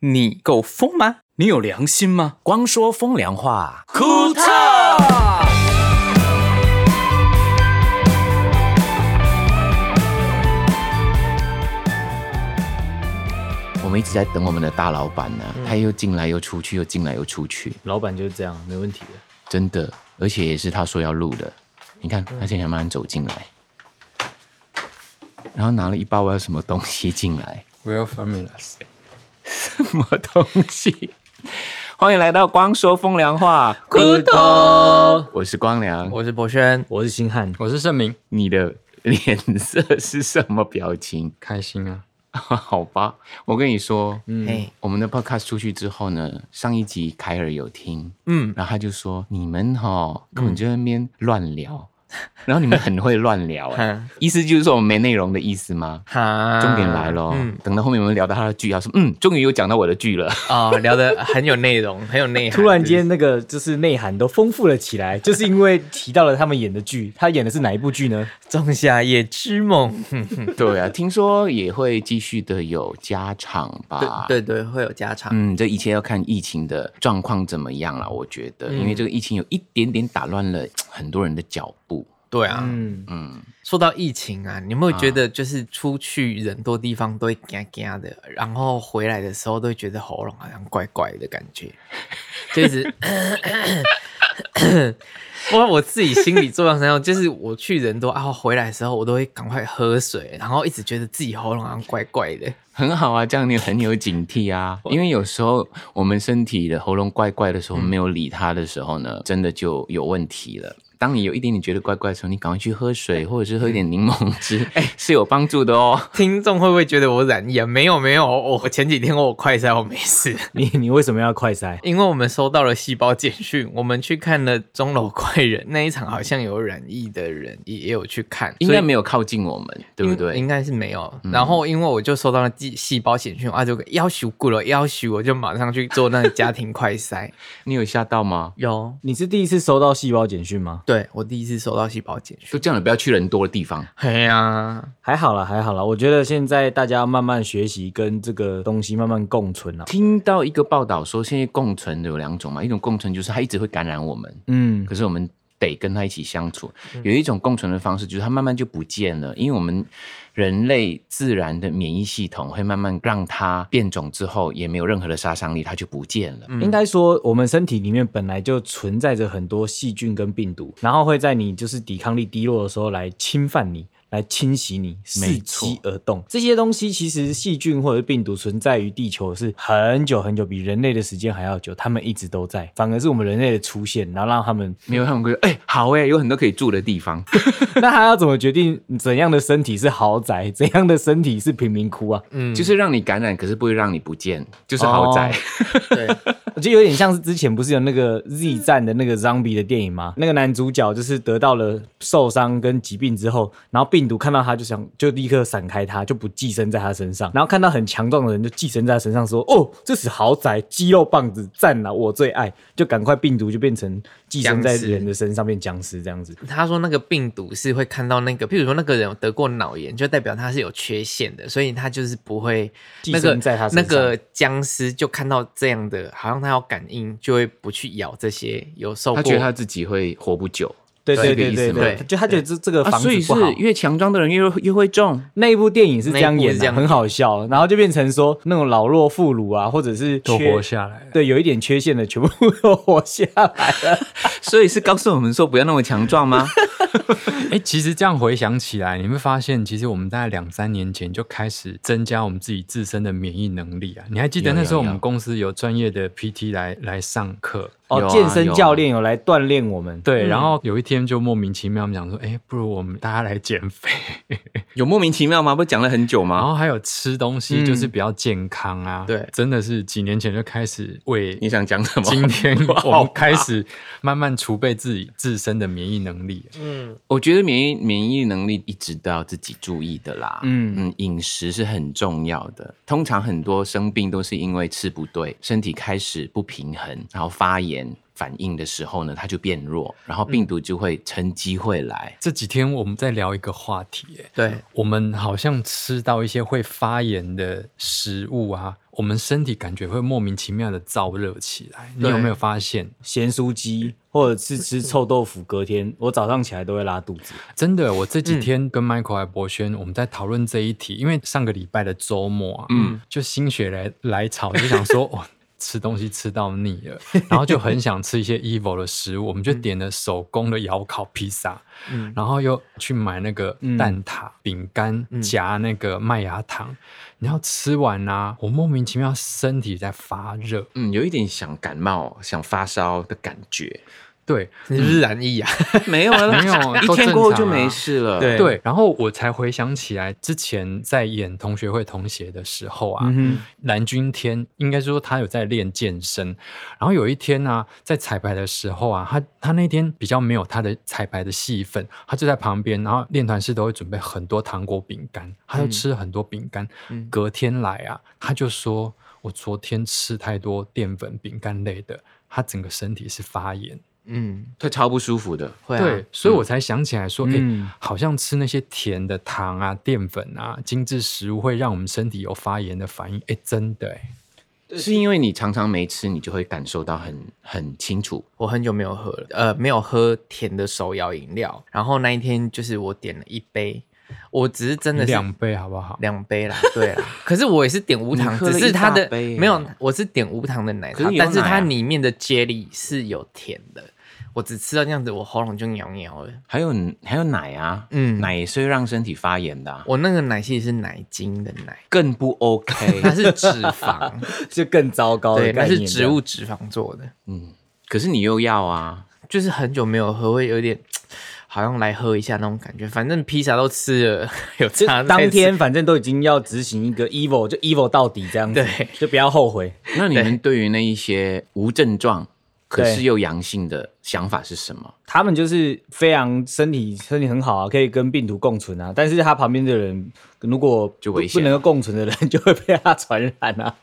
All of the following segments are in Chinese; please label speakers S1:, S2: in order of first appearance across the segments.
S1: 你够疯吗？你有良心吗？
S2: 光说风凉话，
S1: 库特。
S2: 我们一直在等我们的大老板呢、他又进来又出去，又进来又出去，
S3: 老板就是这样，没问题的。
S2: 真的，而且也是他说要录的。你看，他现在慢慢走进来，然后拿了一包我要什么东西进来，
S4: Real 啊 formulas。
S2: 什么东西？欢迎来到光说风凉话，
S3: 咕咚，
S2: 我是光良。
S4: 我是博轩，
S3: 我是星汉，
S4: 我是盛明，
S2: 你的脸色是什么表情？
S4: 开心啊！
S2: 好吧，我跟你说，嗯
S4: 嘿，
S2: 我们的 podcast 出去之后呢，上一集凯尔有听，
S1: 嗯，
S2: 然后他就说你们哈、根本就在那边乱聊，然后你们很会乱 聊、哎
S4: 哈
S2: 意思就是说我们没内容的意思吗？
S4: 哈
S2: 重点来了， 等到后面我们聊到他的剧，他说嗯，终于有讲到我的剧了，
S4: 啊、聊得很有内容，很有内涵。
S3: 突然间那个就是内涵都丰富了起来，就是因为提到了他们演的剧，他演的是哪一部剧呢？
S4: 仲夏夜之梦，
S2: 对啊，听说也会继续的有加场吧？
S4: 对对，会有加长。
S2: 嗯，这一切要看疫情的状况怎么样了。我觉得，
S4: 嗯
S2: 因为这个疫情有一点点打乱了很多人的脚步。
S4: 对啊，
S3: 嗯，
S2: 嗯，
S4: 说到疫情啊，你有没有觉得就是出去人多地方都会嘎嘎的，然后回来的时候都会觉得喉咙好像怪怪的感觉，就是。我我自己心里做到怎样，就是我去人多啊，我回来的时候我都会赶快喝水，然后一直觉得自己喉咙好像怪怪的。
S2: 很好啊，这样你很有警 惕啊。因为有时候我们身体的喉咙怪怪的时候，没有理它的时候呢，真的就有问题了。当你有一点点觉得怪怪的时候，你赶快去喝水，或者是喝一点柠檬 汁，
S4: 哎
S2: 哎是有帮助的哦。
S4: 听众会不会觉得我染疫啊？没有没有，我前几天我有快筛我没事，
S3: 你你为什么要快塞？
S4: 因为我们收到了细胞简讯，我们去看了钟楼怪人那一场，好像有染疫的人也也有去看，
S2: 应
S4: 所以
S2: 该没有靠近我们，对不
S4: 应
S2: 对
S4: 应？该是没有。然后因为我就收到了细细胞简讯，啊，就要求过了，要求我就马上去做那个家庭快筛。
S2: 你有吓到吗？
S4: 有，
S3: 你是第一次收到细胞简讯吗？
S4: 对我第一次收到细胞简讯。
S2: 就这样，你不要去人多的地方。
S4: 嘿呀、啊，
S3: 还好啦，还好啦。我觉得现在大家慢慢学习跟这个东西慢慢共存啊。
S2: 听到一个报道说，现在共存的有两种嘛，一种共存就是它一直会感染我们，
S3: 嗯，
S2: 可是我们得跟它一起相处。有一种共存的方式就是它慢慢就不见了，因为我们人类自然的免疫系统会慢慢让它变种之后也没有任何的杀伤力，它就不见了。
S3: 应该说，我们身体里面本来就存在着很多细菌跟病毒，然后会在你就是抵抗力低落的时候来侵犯你。来侵袭你，
S2: 没
S3: 伺
S2: 错
S3: 机而动。这些东西其实细菌或者病毒存在于地球是很久很久，比人类的时间还要久，它们一直都在。反而是我们人类的出现，然后让他们，
S2: 没有他们会说，哎、好哎、有很多可以住的地方。
S3: 那他要怎么决定怎样的身体是豪宅，怎样的身体是贫民窟啊？
S4: 嗯，
S2: 就是让你感染，可是不会让你不见，就是豪宅。
S4: 对，
S3: 我觉得有点像是之前不是有那个 Z 战的那个 zombie 的电影吗？那个男主角就是得到了受伤跟疾病之后，然后病毒看到他就想就立刻闪开他，就不寄生在他身上。然后看到很强壮的人就寄生在他身上，说：“哦，这是豪宅，肌肉棒子，赞了，我最爱。”就赶快病毒就变成寄生在
S4: 僵尸
S3: 人的身上，变僵尸这样子。
S4: 他说那个病毒是会看到那个，譬如说那个人有得过脑炎，就代表他是有缺陷的，所以他就是不会
S3: 寄
S4: 那个
S3: 生在他身
S4: 那
S3: 上
S4: 个僵尸就看到这样的，好像他有感应，就会不去咬这些有受
S2: 他
S4: 过。
S2: 觉得他自己会活不久。
S3: 对对
S2: 是这个
S3: 对
S2: 意思
S3: 对
S2: 吗
S3: 对，就他觉得这这个
S2: 啊，
S3: 房子
S2: 所以
S3: 不
S2: 是
S3: 好。
S2: 越强壮的人越越会中，
S3: 那一部电影是这样
S4: 那一部
S3: 演
S4: 是这
S3: 的、
S4: 样
S3: 很好笑，然后就变成说那种老弱妇孺啊，或者是
S5: 都
S3: 缺
S5: 活下来了。
S3: 对，有一点缺陷的全部 都活下来了。
S2: 所以是告诉我们说不要那么强壮吗？
S5: 哎、其实这样回想起来，你会发现，其实我们大概两三年前就开始增加我们自己自身的免疫能力啊。你还记得
S2: 有
S5: 那时
S2: 有
S5: 候我
S2: 有
S5: 们公司有专业的 PT 来来上课？
S3: 哦，
S2: 有啊
S3: 健身教练有来锻炼我们，
S5: 对，
S2: 嗯
S5: 然后有一天就莫名其妙，我们讲说，哎、不如我们大家来减肥，
S2: 有莫名其妙吗？不是讲了很久
S5: 然
S2: 吗？
S5: 后还有吃东西
S2: 嗯
S5: 就是比较健康啊。
S4: 对
S5: 真的是几年前就开始为
S2: 你想讲什么？
S5: 今天 我们开始慢慢储备自己自身的免疫能力。
S2: 我觉得免疫免疫能力一直都要自己注意的啦。嗯
S3: 嗯
S2: 嗯，饮食是很重要的。通常很多生病都是因为吃不对，身体开始不平衡，然后发炎反应的时候呢，它就变弱，然后病毒就会趁机会来。
S5: 这几天我们在聊一个话题、哎
S4: 对，
S5: 我们好像吃到一些会发炎的食物啊，我们身体感觉会莫名其妙的燥热起来。你有没有发现？
S3: 咸酥鸡或者是吃臭豆腐，隔天我早上起来都会拉肚子。
S5: 真的，我这几天跟 Michael 还博轩，我们在讨论这一题，因为上个礼拜的周末啊，嗯，就心血来来潮，就想说，哇，吃东西吃到腻了，然后就很想吃一些 evil 的食物，我们就点了手工的窑烤披萨，
S4: 嗯
S5: 然后又去买那个蛋挞、饼干
S4: 嗯
S5: 夹那个麦芽糖，然后吃完啊，我莫名其妙身体在发热，
S2: 嗯，有一点想感冒、想发烧的感 觉。
S5: 对，
S4: 你是不是染疫啊？
S2: 没有啊，
S5: 没 有
S2: 一
S5: 都
S2: 天
S5: 正
S2: 过后
S5: 常
S2: 就
S5: 啊
S2: 没事了。
S4: 对
S5: 对，然后我才回想起来，之前在演同学会同学的时候啊，
S3: 嗯
S5: 蓝钧天应该说他有在练健身，然后有一天呢、在彩排的时候啊，他他那天比较没有他的彩排的戏份，他就在旁边，然后练团室都会准备很多糖果饼干，他就吃了很多饼干，
S4: 嗯
S5: 隔天来啊，他就说我昨天吃太多淀粉饼干类的，他整个身体是发炎。
S4: 嗯，
S2: 会超不舒服的。
S4: 会啊。
S5: 对，所以我才想起来说，哎、
S3: 嗯
S5: 好像吃那些甜的糖啊、淀粉啊、精致食物会让我们身体有发炎的反应。哎、真的、诶
S2: 是因为你常常没吃，你就会感受到很很清楚。
S4: 我很久没有喝了，呃，没有喝甜的手摇饮料。然后那一天就是我点了一杯，我只是真的是
S5: 两杯好不好？
S4: 两杯啦，对啦。 可是我也是点无糖，
S2: 你喝了
S4: 只是它
S2: 一
S4: 的
S2: 大杯耶
S4: 没有，我是点无糖的奶
S2: 可
S4: 茶，
S2: 是有奶啊
S4: 但是它里面的 jelly 是有甜的。我只吃到这样子，我喉咙就痒痒了。
S2: 还有还有奶啊，
S4: 嗯
S2: 奶也是会让身体发炎的啊、
S4: 我那个奶其实是奶精的奶，
S2: 更不
S4: 它
S2: OK。
S4: 是脂肪，
S3: 就更糟糕的
S4: 对，
S3: 哦概
S4: 它
S3: 念。
S4: 是植物脂肪做的。
S2: 嗯，可是你又要啊，
S4: 就是很久没有喝，会有点好像来喝一下那种感觉。反正披萨都吃了，有
S3: 就
S4: 差再吃
S3: 当天反正都已经要执行一个 evil，就 evil 到底这样 子，
S4: 对，
S3: 就不要后悔。
S2: 那你们对于那一些无症状可
S3: 对
S2: 是又阳性的想法是什么？
S3: 他们就是非常身体身体很好啊，可以跟病毒共存啊。但是他旁边的人如果
S2: 就
S3: 不
S2: 危险
S3: 不能够共存的人， 就会被他传染啊。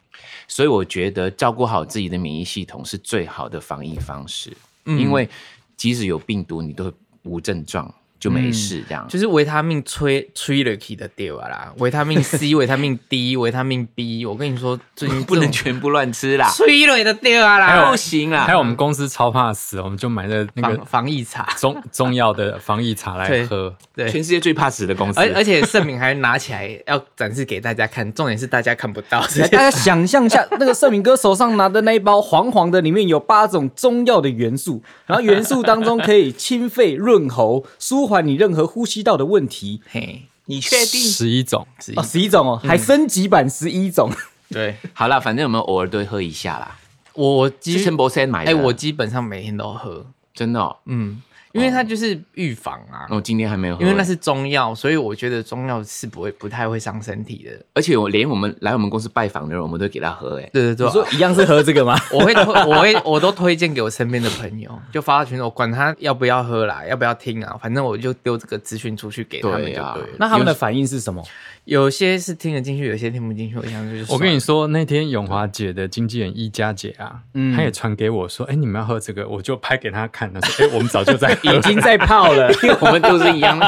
S2: 所以我觉得照顾好自己的免疫系统是最好的防疫方式，
S4: 嗯
S2: 因为即使有病毒，你都无症状就没事这样。
S4: 嗯就是维他命吹吹了起的掉啊啦，维他命 C、维 他命 D、维他命 B，我跟你说，最近
S2: 不能全部乱吃啦，
S4: 吹了的掉啊啦，
S2: 不行啦
S5: 还。有我们公司超怕死，我们就买了那
S4: 防
S5: 个
S4: 防疫茶，
S5: 中中药的防疫茶来
S4: 对
S5: 喝。
S4: 对
S2: 全。世界最怕死的公司，
S4: 而而且盛明还拿起来要展示给大家看，重点是大家看不到，
S3: 来，大家想象一下，那个盛明哥手上拿的那一包黄黄的，里面有八种中药的元素，然后元素当中可以清肺润喉，舒缓你任何呼吸道的 问题。
S4: 嘿，
S2: 你确定？
S5: 十一种，
S3: 哦，十一种哦，
S4: 嗯
S3: 还升级版十一种。
S4: 对
S2: 好啦，反正我们偶尔都会喝一下啦。
S4: 我我基
S2: 是陈博森买的，
S4: 哎，我基本上每天都喝，
S2: 真的、啊哦，
S4: 嗯，因为它就是预防啊，
S2: 我今天还没有喝，
S4: 因为那是中药，所以我觉得中药是不会不太会伤身体的。
S2: 而且我连我们来我们公司拜访的人，我们都给他喝、哎，
S4: 对对
S3: 你
S4: 对
S3: 说一样是喝这个吗？
S4: 我会推，我会，我都推荐给我身边的朋友，就发到群组，我管他要不要喝啦，要不要听啊，反正我就丢这个资讯出去给他们就
S2: 对
S4: 对
S2: 啊
S4: 了。
S3: 那他们的反应是什么？
S4: 有些是听得进去，有些听不进去，我想就是
S5: 我跟你
S4: 说，
S5: 说，那天永华姐的经纪人一佳姐啊，她也传给我说，哎、你们要喝这个，我就拍给她看，她说，哎、我们
S2: 哦
S5: 早就在喝了
S3: 已经在泡 了。
S2: 我们都是一 样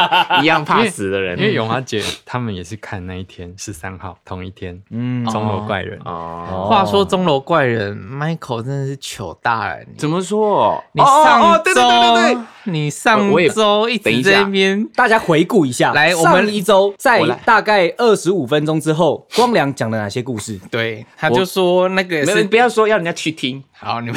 S2: 一样怕死的人，
S5: 因为永华姐他们也是看那一天十三号同一天，
S3: 嗯
S5: 嗯，中楼怪人，
S2: 哦，
S3: 哦
S4: 话说钟楼怪人 Michael 真的是糗大了，你
S2: 怎么说？
S4: 你
S2: 哦
S4: 上
S2: 哦对对对对
S4: 周，你上
S2: 我我也
S4: 周一
S2: 等一
S4: 直在
S2: 下
S4: 那边，
S3: 大家回顾一下，
S4: 来我们
S3: 上一周在
S2: 我来
S3: 大概二十五分钟之后，光良讲了哪些故事？
S4: 对，他就说那个也
S2: 对，没有，
S4: 是
S2: 你不要说要人家去 听，
S4: 好，你们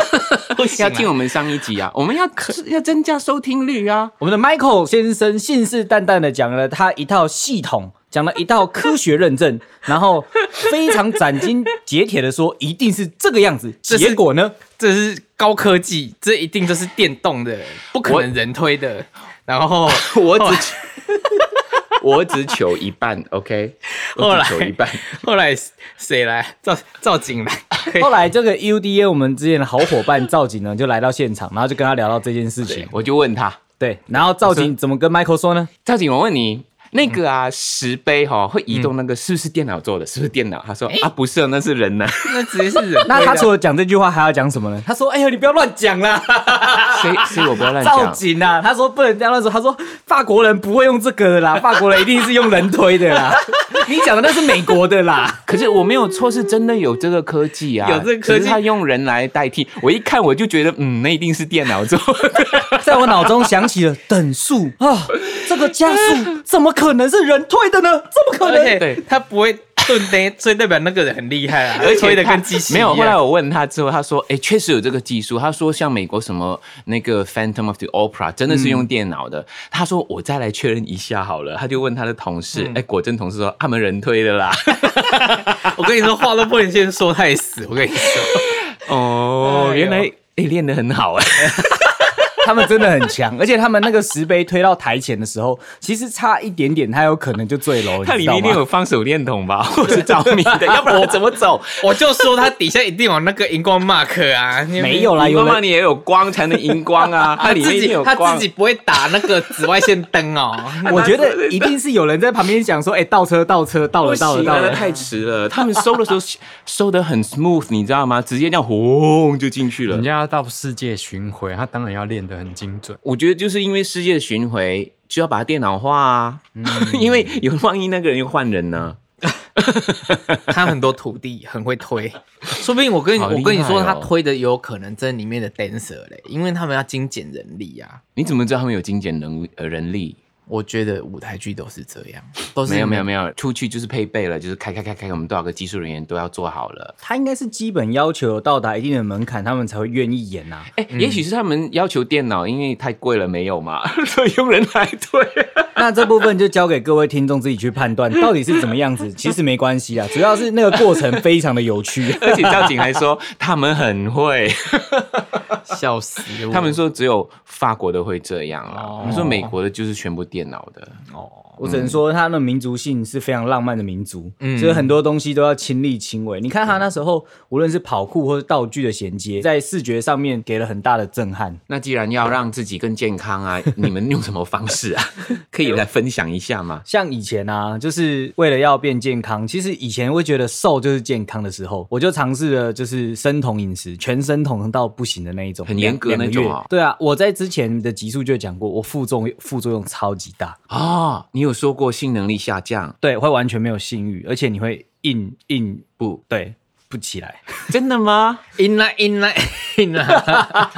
S2: 要听我们上一集啊，我们要要增加收听率啊。
S3: 我们的 Michael 先生信誓旦旦的讲了他一套系统，讲了一套科学认证，然后非常斩钉截铁的说一定是这个样子。
S4: 这是
S3: 结果呢？
S4: 这是高科技，这一定就是电动的，不可能人推 的。然后
S2: 我只 我只求一半，OK，
S4: 后
S2: 我
S4: 来
S2: 只求一 半。
S4: 后来谁来？赵赵景来。
S2: 哦
S3: 后来这个 E UDA 我们之前的好伙伴赵景呢就来到现场，然后就跟他聊到这件事情。
S2: 我就问他，
S3: 对，然后赵景怎么跟 Michael 说呢？
S2: 赵景，我问你，那个啊石碑哈、会移动那个是不是电脑做的？是不是电脑？他说啊不是哦，那是 人呢、
S4: 那直接是人。
S3: 那他除了讲这句话还要讲什么呢？他说：“哎呦，你不要乱讲啦。”
S2: 所以所以我不要乱
S3: 造
S2: 讲。
S3: 景啊，他说不能这样乱说，他说法国人不会用这个的啦，法国人一定是用人推的啦。你讲的那是美国的啦，
S2: 可是我没有错，是真的有这个科技啊，
S4: 有这个科技
S2: 只是他用人来代替。我一看我就觉得，嗯，那一定是电脑做的。
S3: 在我脑中响起了等速啊，这个加速怎么可能是人推的呢？怎么可
S4: 而
S3: 能？
S4: 且他不会顿呆，所以代表那个人很厉害 啊，
S2: 而且
S4: 吹的
S2: 他
S4: 跟机器一
S2: 没
S4: 样
S2: 有。后来我问他之后，他说：“哎、确实有这个技术。”他说：“像美国什么那个 Phantom of the Opera 真的是用电脑的。他说：“我再来确认一下好了。”他就问他的同事：“哎、果真同事说他们人推的啦。
S4: 啊我跟你说，话都不能先说太死。我跟你说，”
S2: 哦，原来哎练得很好哎、
S3: 他们真的很强，而且他们那个石碑推到台前的时候，其其实差一点点，他有可能就坠楼，
S2: 它
S3: 你
S2: 里
S3: 知道
S2: 面一定
S3: 吗？
S2: 有放手电筒 吧，或是照明的，要不然怎么走？
S4: 我就说他底下一定有那个荧光 mark 啊，
S3: 没有啦，
S2: 你
S3: 有
S2: 妈妈
S3: 人
S2: 你也有光才能荧光 啊，它
S4: 他
S2: 里面
S4: 自
S2: 一定
S4: 己
S2: 有
S4: 他
S2: 光
S4: 自。己不会打那个紫外线灯哦。
S3: 我觉得一定是有人在旁边讲说，哎、倒车，倒车，到
S2: 不
S3: 了，到了，
S2: 行
S3: 到
S2: 啊，那
S3: 了。
S2: 太迟了。他们收的时候收的很 smooth，你知道吗？直接这样轰就进去了
S5: 人。家要到世界巡回，他当然要练得很精准。
S2: 我觉得就是因为世界巡回就要把它电脑化啊， 因为有万一那个人又换人呢，
S4: 他很多徒弟很会推， 说不定我跟你、
S2: 好厉害哦
S4: 我跟你说，他推的有可能真里面的 dancer 嘞，因为他们要精简人力啊。
S2: 你怎么知道他们有精简能呃人力？
S4: 我觉得舞台剧都是这样，都是
S2: 没有没有没有，出去就是配备了，就是开开开开，我们多少个技术人员都要做好了。
S3: 他应该是基本要求到达一定的门槛，他们才会愿意演呐、啊。
S2: 哎、也许是他们要求电脑，因为太贵了没有嘛， 所以用人来 推。。
S3: 那这部分就交给各位听众自己去判断，到底是怎么样子。其实没关系啊，主要是那个过程非常的有趣
S2: 而且赵景还说他们很会，
S4: 笑死我。
S2: 他们说只有法国的会这样啦
S4: 哦，
S2: 他说美国的就是全部电脑的。
S3: 我只能
S2: 嗯
S3: 说，他的民族性是非常浪漫的民族，所以很多东西都要亲力亲为。你看他那时候，无论是跑酷或是道具的衔接，在视觉上面给了很大的震撼。
S2: 那既然要让自己更健康啊，你们用什么方式啊？可以来分享一下吗？
S3: 像以前啊，就是为了要变健康，其实以前会觉得瘦就是健康的时候，我就尝试了就是生酮饮食，全生酮到不行的那一种，
S2: 很严格
S3: 两
S2: 那种
S3: 两
S2: 哦
S3: 个月对啊，我在之前的集数就讲过，我副作用副作用超级大，
S2: 哦，你有说过性能力下降，
S3: 对，会完全没有性欲，而且你会硬硬
S2: 不
S3: 对不起来。
S2: 真的吗？
S4: in 啦 in 啦 in 啦，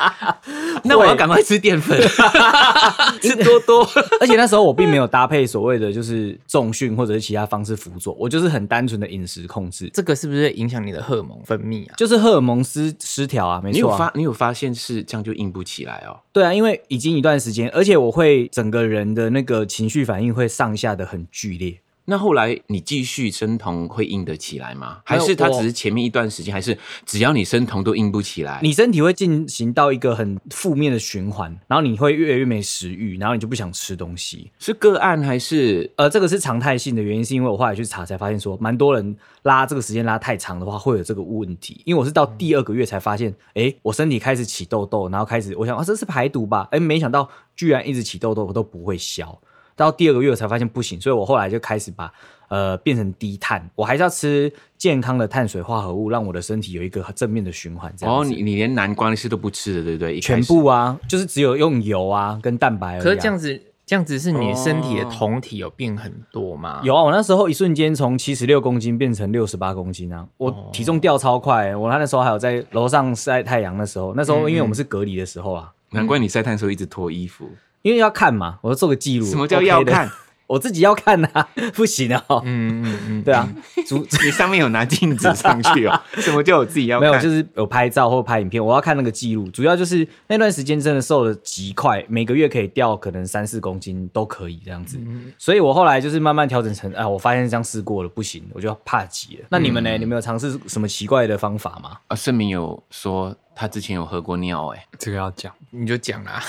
S2: 那我要赶快吃淀粉， 吃多多。
S3: 而且那时候我并没有搭配所谓的就是重训或者是其他方式辅佐，我就是很单纯的饮食控制，
S4: 这个是不是影响你的荷尔蒙分泌啊？
S3: 就是荷尔蒙失失调啊，没
S2: 你
S3: 错、
S2: 有
S3: 啊。
S2: 发你有发现是这样就硬不起来哦？
S3: 对啊，因为已经一段时间，而且我会整个人的那个情绪反应会上下的很剧烈。
S2: 那后来你继续生酮会硬得起来吗？
S3: 没
S2: 还
S3: 有
S2: 是它
S3: 我
S2: 只是前面一段时间，还是只要你生酮都硬不起来？
S3: 你身体会进行到一个很负面的循环，然后你会越来越没食欲，然后你就不想吃东西。
S2: 是个案还是
S3: 呃，这个是常态性的原因，是因为我后来去查才发现说，蛮多人拉这个时间拉太长的话会有这个问题。因为我
S4: 嗯
S3: 是到第二个月才发现，诶，我身体开始起痘痘，然后开始我想啊，这是排毒吧？诶，没想到居然一直起痘痘，我都不会消。到第二个月我才发现不行，所以我后来就开始把呃变成低碳，我还是要吃健康的碳水化合物，让我的身体有一个正面的循环。这样
S2: 哦，
S3: 子
S2: 你你连南瓜那些都不吃的，对不对？一开
S3: 全
S2: 始
S3: 部啊，就是只有用油啊跟蛋白而已、啊。
S4: 可是这样子，这样子是你身体的酮体有变很多吗？
S3: 有啊，我那时候一瞬间从七十六公斤变成六十八公斤啊，
S2: 哦
S3: 我体重掉超快欸、我那时候还有在楼上晒太阳的时候，那时候因为
S2: 嗯
S3: 我们是隔离的时候啊，
S2: 难怪你晒碳时候一直脱衣服。
S3: 因为要看嘛，我要做个记录。
S2: 什么叫要
S3: 嗯 OK 的
S2: 看？
S3: 我自己要看啊， 不行哦。
S4: 嗯嗯嗯，
S3: 对啊，主
S2: 你上面有拿镜子上去 哦？什么叫我自己要
S3: 没
S2: 看？
S3: 有，就是有拍照或拍影片，我要看那个记录。主要就是那段时间真的瘦的极快，每个月可以掉可能三四公斤都可以这样子。
S2: 嗯
S3: 所以我后来就是慢慢调整成，啊，我发现这样试过了不行，我就怕极了。那你们
S2: 嗯
S3: 呢？你们有尝试什么奇怪的方法吗？
S2: 啊，盛明有说他之前有喝过尿、欸，
S5: 这个要讲，
S4: 你就讲啦。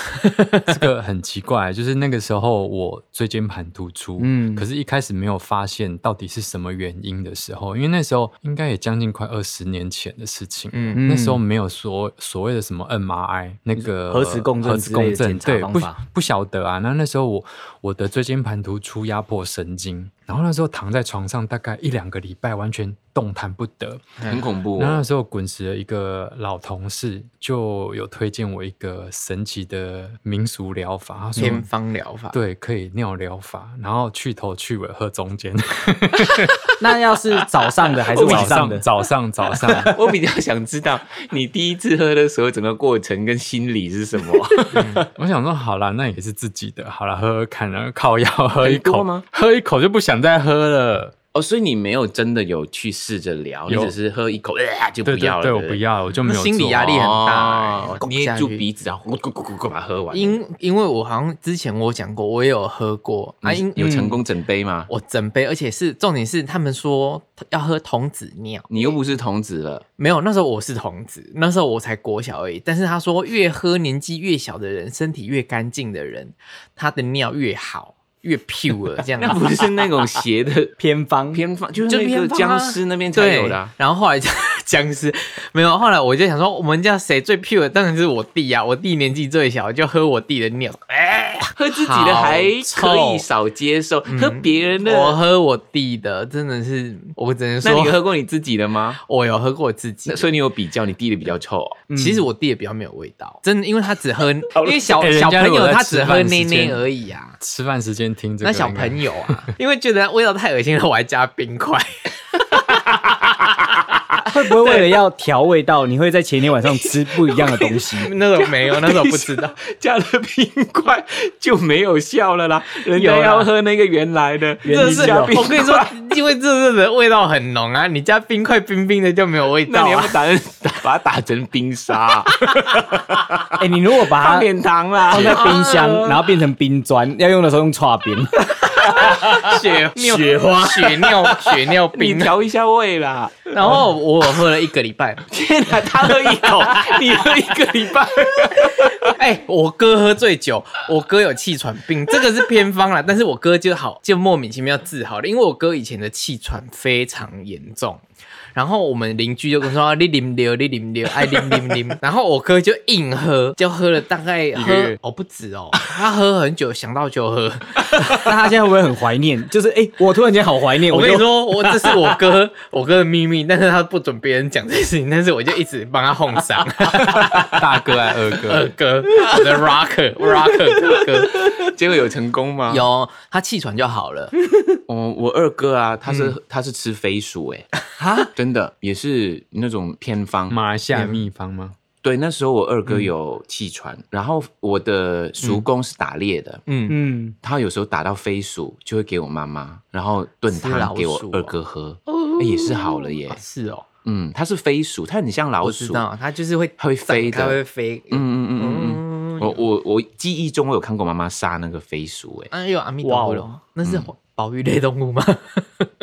S5: 这个很奇怪，就是那个时候我椎间盘突出，
S3: 嗯
S5: 嗯，可是一开始没有发现到底是什么原因的时候，因为那时候应该也将近快二十年前的事情，
S4: 嗯
S5: 嗯，那时候没有说所谓的什么 MRI 那个
S3: 核磁共振
S5: 核
S3: 之
S5: 磁
S3: 类的
S5: 共振，
S3: 检查
S5: 对，
S3: 方
S5: 不
S3: 法
S5: 不晓得啊。那那时候我我的椎间盘突出压迫神经，然后那时候躺在床上大概一两个礼拜，完全动弹不得。
S3: 嗯
S2: 很恐怖、
S5: 然
S2: 哦
S5: 后那。时候滚石的一个老同事就有推荐我一个神奇的民俗疗法，他说
S4: 偏方疗法，
S5: 对可以尿疗法，然后去头去尾喝中间，
S3: 那要是早上的还 是晚上的？
S5: 早上早上。早上
S2: 我比较想知道你第一次喝的时候，整个过程跟心理是 什么？
S5: 我想说，好啦，那也是自己的，好啦，喝喝看，然后靠药喝一
S2: 很多
S5: 口
S2: 吗？
S5: 喝一口就不想再喝了。
S2: 哦，所以你没有真的有去试着聊，你
S5: 有
S2: 只是喝一口，呃、就不
S5: 对对
S2: 要了。
S5: 对，我
S2: 对
S5: 不。要，我就没有
S4: 心理
S5: 做
S4: 压力
S2: 力
S4: 很大
S2: 很大、
S3: 哦
S2: 哎
S4: 欸拱下
S2: 捏
S4: 去
S2: 住鼻子，然后咕咕咕咕咕把它喝完。
S4: 因因为我好像之前我讲过，我也有喝过啊，因
S2: 你有
S3: 嗯
S2: 成功整杯吗？
S4: 我整杯，而且是重点是他们说要喝童子尿，
S2: 你又不是童子了，
S4: 没有，那时候我是童子，那时候我才国小而已。但是他说，越喝年纪越小的人，身体越干净的人，他的尿越好，越 pure 这样
S2: 那
S4: 子。
S2: 不是那种邪的
S3: 偏 方
S2: 偏方，就
S4: 就是
S2: 那
S4: 偏
S2: 个
S4: 方啊
S2: 僵尸那边才
S4: 对
S2: 有的啊、
S4: 然后后来就僵尸没有，后来我就想说，我们家谁最 pure？当然是我弟啊，我弟年纪最小，就喝我弟的尿。哎，
S2: 喝自己的还
S4: 好
S2: 可
S4: 臭
S2: 以少接受，嗯喝别人
S4: 我
S2: 的，
S4: 喝我弟的，真的是，我只能
S2: 那你
S4: 说，
S2: 喝过你自己的吗？
S4: 我有喝过我自己
S2: 那
S4: 的。
S2: 所以你有比较，你滴的比较臭哦、
S4: 其实我弟也比较没有味道，真的，因为他只 喝，因为小
S5: 哎人
S4: 小
S5: 家
S4: 朋
S5: 如果
S4: 友
S5: 在
S4: 他
S5: 吃
S4: 只喝
S5: 饭时
S4: 奶奶
S5: 间
S4: 而已啊。
S5: 吃饭时间听这个
S4: 那
S5: 应该，
S4: 小朋友 啊，因为觉得味道太恶心了，我还加冰块。
S3: 啊会不会为了要调味道，你会在前一天晚上吃不一样的东 西？
S4: 那时候没有，那时候不知道。
S2: 加了冰块就没有效了 啦，人家
S4: 有啦
S2: 要喝那个原来的，
S3: 原
S4: 这
S3: 因
S4: 是
S3: 是有
S4: 我 跟你
S2: 啊
S4: 说，因为这热的味道很浓啊，你加冰块冰冰的就没有味
S2: 那
S4: 道、
S2: 你要不
S4: 啊。
S2: 要打成打 把它打成冰 沙，
S3: 哎、你如果把
S2: 放
S3: 它
S2: 点糖啦
S3: 放？在冰箱，然后变成冰砖，要用的时候用叉冰。
S4: 雪雪花、雪尿、雪尿
S2: 你
S4: 冰。
S2: 调一下味啦！
S4: 然后我有喝了一个礼拜，
S2: 天哪，他喝一口，你喝一个礼拜，
S4: 哎、我哥喝醉酒，我哥有气喘病，这个是偏方啦，但 是我哥就好，就莫名其妙治好了，因为我哥以前的气喘非常严重。然后我们邻居就跟我说：“啊你啉流，你啉流，爱啉啉啉。” 然后我哥就硬喝，就喝了大概喝哦不止哦，他喝很久，想到就喝。
S3: 那他现在会不会很怀念？就是哎、我突然间好怀 念，
S4: 我
S3: 我
S4: 跟你
S3: 就
S4: 说， 我这是我哥，我哥的秘密，但是他不准别人讲这件事情，但是我就一直帮他哄 上。
S5: 大哥还二
S4: 二
S5: 哥，
S4: 哥，我的 rocker rocker 哥
S2: 结果有成功吗？
S4: 有他气喘就好了。
S2: 哦，我二哥啊，他是、
S4: 嗯
S2: 他是吃飞 鼠哎、哈，真的也是那种偏方。
S5: 马来西亚秘方吗？
S2: 对，那时候我二
S4: 嗯
S2: 哥有气喘，然后我的叔公是打猎的，
S4: 嗯，
S3: 嗯，
S2: 他有时候打到飞鼠就会给我妈妈，然后炖
S4: 吃老
S2: 汤给我
S4: 鼠哦
S2: 二哥喝，哎也是好了耶
S4: 啊。是哦，
S2: 嗯，它是飞鼠，它很像老
S4: 我知
S2: 鼠。
S4: 道，它就是会
S2: 它会飞的
S4: 它会飞。
S2: 嗯嗯嗯嗯嗯。
S4: 嗯，
S2: 我我我记忆中我有看过妈妈杀那个飞鼠、欸，
S4: 哎呦，阿弥陀
S3: 哇
S4: 佛，那
S2: 嗯
S4: 是保育类动物 吗？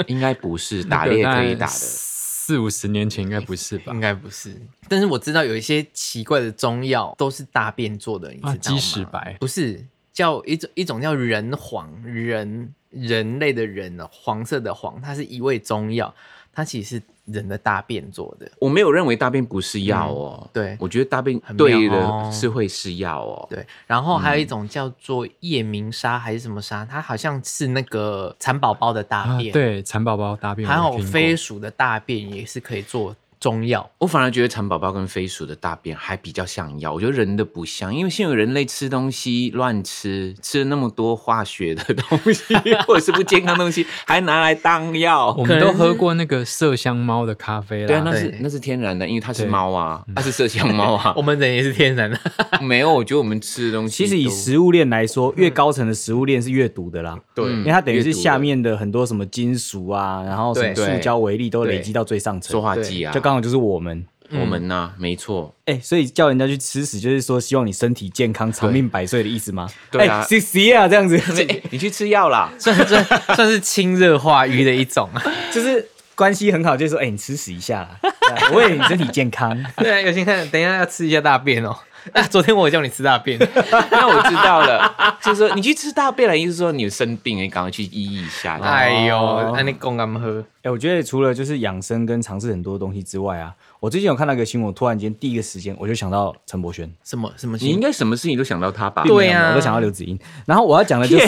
S2: 应该不 是打猎可以打的。
S5: 四五十年前应该不是吧
S4: 应？该不是，但是我知道有一些奇怪的中药都是大便做的，你知道吗？
S5: 啊鸡屎白
S4: 不是叫一种一种叫人黄人人类的人哦，黄色的黄，它是一味中药，它其实是人的大便做的。
S2: 我没有认为大便不是药哦、
S4: 嗯对
S2: 我觉得大便
S4: 很妙
S2: 对
S4: 哦
S2: 了是会是药哦、
S4: 对，然后还有一种叫做夜明砂还是什么砂，它好像是那个蚕宝宝的大
S5: 啊
S4: 便，，
S5: 对，蚕宝宝大便，
S4: 还有
S5: 我听过
S4: 飞鼠的大便也是可以做中药。
S2: 我反而觉得蚕宝宝跟飞鼠的大便还比较像药，我觉得人的不像，因为现在人类吃东西乱吃，吃了那么多化学的东 西或者是不健康的东西，还拿来当药
S5: 我。
S4: 可
S5: 们
S4: 能
S5: 都
S4: 是
S5: 喝过那个麝香猫的咖啡啦。
S2: 对啊，那是
S4: 对
S2: 那是天然的，因为它是
S5: 对
S2: 猫啊，它是麝香猫啊
S4: 我。们人也是天然的，
S2: 没有，我觉得我们吃的东西
S3: 其
S2: 都，
S3: 实以食物链来说，越高层的食物链是越毒的啦。
S2: 对，
S3: 因为它等于是
S2: 阅读的
S3: 下面的很多什么金属啊，然后什么
S2: 对
S3: 塑胶微粒都累积到最上
S2: 说
S3: 层，
S2: 话剂啊，
S3: 就刚好就是我们。
S2: 我们呢、没错，
S3: 哎、所以叫人家去吃屎，就是说希望你身体健康、长命百岁的意思吗？
S2: 对啊
S3: 哎谢谢啊，这 样子，
S2: 哎、你去吃药啦。
S4: 算算算是清热化瘀的一种啊。
S3: 就是关系很好，就是说，哎、你吃屎一下啦，对啊我为了你身体健康。
S4: 对啊，有心看，等一下要吃一下大便哦。那、昨天我有叫你吃大便，
S2: 那我知道了，就是说你去吃大便了，意思说你生病了，你赶快去医一下。
S4: 哎呦，那你公干喝？
S3: 哎、我觉得除了就是养生跟尝试很多东西之外啊，我最近有看到一个新闻，我突然间第一个时间我就想到陈柏轩，
S4: 什么什么
S2: 你应
S4: 心？
S2: 该什么事情都想到他吧？
S4: 对
S3: 没有没有我都想到刘子英。然后我要讲的就是，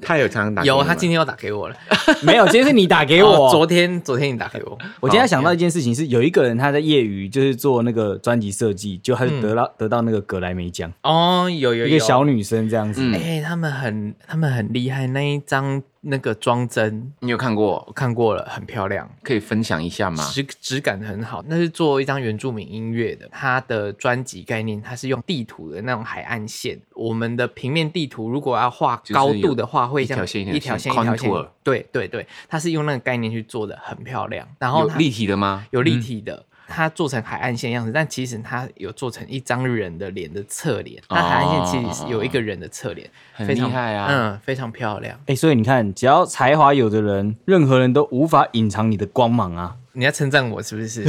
S2: 他有常常打给你
S4: 有，啊
S2: 吗
S4: 他今天又打给我了。
S3: 没有，今天是你打给我。
S4: 哦昨哦天昨天你打给我，
S3: 我今天想到一件事情是，有一个人他在业余就是做那个专辑设计，就他就得到、得到那个格莱美奖，
S4: 哦，有嗯有有
S3: 一个小女生这样子。
S2: 嗯
S4: 哎、他们很他们很厉害，那一张那个装帧
S2: 你有看
S4: 我
S2: 过，
S4: 看过了，很漂亮，
S2: 可以分享一下吗？
S4: 质质感很好。那是做一张原住民音乐的，它的专辑概念，它是用地图的那种海岸线。我们的平面地图如果要画
S2: 就是
S4: 高度的话，
S2: 有
S4: 会
S2: 一条
S4: 像
S2: 线一条
S4: 一条线
S2: 线
S4: 一条线
S2: contour。
S4: 对对对，它是用那个概念去做的，很漂亮。然后
S2: 有
S4: 它
S2: 立嗯体的吗？
S4: 有立体的。它做成海岸线样子，但其实它有做成一张人的脸的侧脸。那海岸线其实是有一个人的侧脸，
S2: 哦很
S4: 非常
S2: 厉害啊
S4: 嗯，非常漂亮。
S3: 哎、所以你看，只要才华有的人，任何人都无法隐藏你的光芒啊！
S4: 你要称赞我是不 是？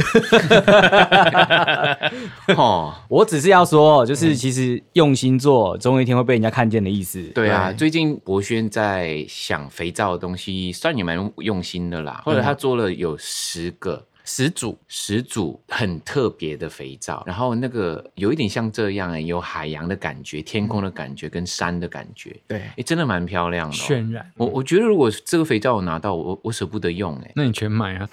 S2: 哦，
S3: 我只是要说，
S4: 嗯
S3: 就是其实用心做，总有一天会被人家看见的意思。
S2: 对啊，最近博轩在想肥皂的东西，算也蛮用心的啦。或者他做了有十个。
S4: 始祖
S2: 十嗯组很特别的肥皂，然后那个有一点像这样哎、有海洋的感觉、天空的感觉跟山的感觉，
S4: 对
S2: 哎、真的蛮漂亮的、哦。
S5: 渲染。
S2: 我我觉得如果这个肥皂我拿到，我我舍不得用哎、
S5: 那你全买啊？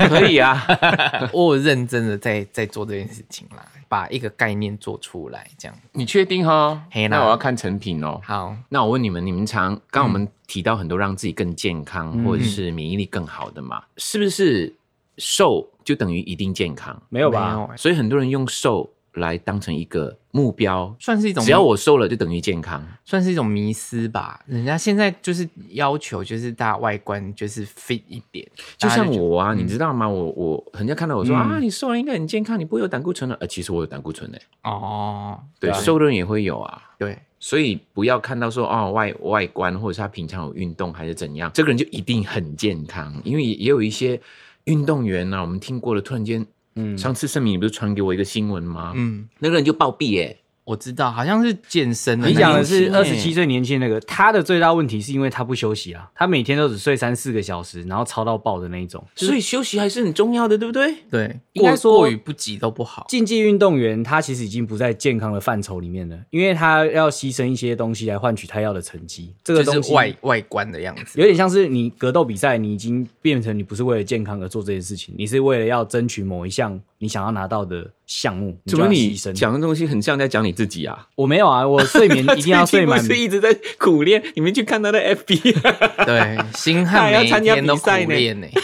S2: 可以啊，
S4: 我有认真的在在做这件事情啦，把一个概念做出来，这样
S2: 你确定哈？
S4: 嘿啦
S2: 那我要看成品哦。
S4: 好。
S2: 那我问你们，你们常刚刚我们提到很多让自己更健康、或者是免疫力更好的嘛，是不是瘦就等于一定健康？
S3: 没有
S4: 没有
S3: 吧？
S4: 欸
S2: 所以很多人用瘦来当成一个目标，
S4: 算是一种，
S2: 只要我瘦了就等于健康。
S4: 算是一种迷思吧。人家现在就是要求，就是大家外观就是 fit 一点，
S2: 就
S4: 大家
S2: 像
S4: 觉得
S2: 我啊，你知道吗？我我人家看到我说、啊，你瘦了应该很健康，你不会有胆固醇了。呃，其实我有胆固醇的、
S4: 哦，
S2: 对，瘦的人也会有啊。
S4: 对，
S2: 所以不要看到说哦外外观或者是他平常有运动还是怎样，这个人就一定很健康，因为也也有一些运动员啊，我们听过了，突然间，嗯，上次盛明你不是传给我一个新闻吗？
S4: 嗯，
S2: 那个人就暴毙耶、
S4: 我知道，好像是健身的那
S3: 你
S4: 一种，
S3: 讲的是
S2: 那
S3: 二
S2: 年轻
S3: 十
S2: 欸
S3: 七岁年轻那个，他的最大问题是因为他不休息啊，他每天都只睡三四个小时，然后操到爆的那一种。
S2: 所以休息还是很重要的，对不对？
S4: 对，
S3: 应该
S4: 过
S3: 说
S4: 过于不及都不好。
S3: 竞技运动员他其实已经不在健康的范畴里面了，因为他要牺牲一些东西来换取他要的成绩。这个
S4: 就
S3: 东
S4: 是
S3: 西
S4: 外外观的样子，
S3: 有点像是你格斗比赛，你已经变成你不是为了健康而做这件事情，你是为了要争取某一项你想要拿到的项目，你
S2: 怎
S3: 就
S2: 么
S3: 要
S2: 你
S3: 牺牲。
S2: 讲的东西很像在讲你自己啊？
S3: 我没有啊，我睡 眠一定要睡满
S2: 最近不 是一直在苦练，你们去看 他的 FB，
S4: 对，星
S2: 还
S4: 汉
S2: 要
S4: 每一
S2: 参加
S4: 天都
S2: 比
S4: 苦
S2: 赛呢
S4: 练呢、欸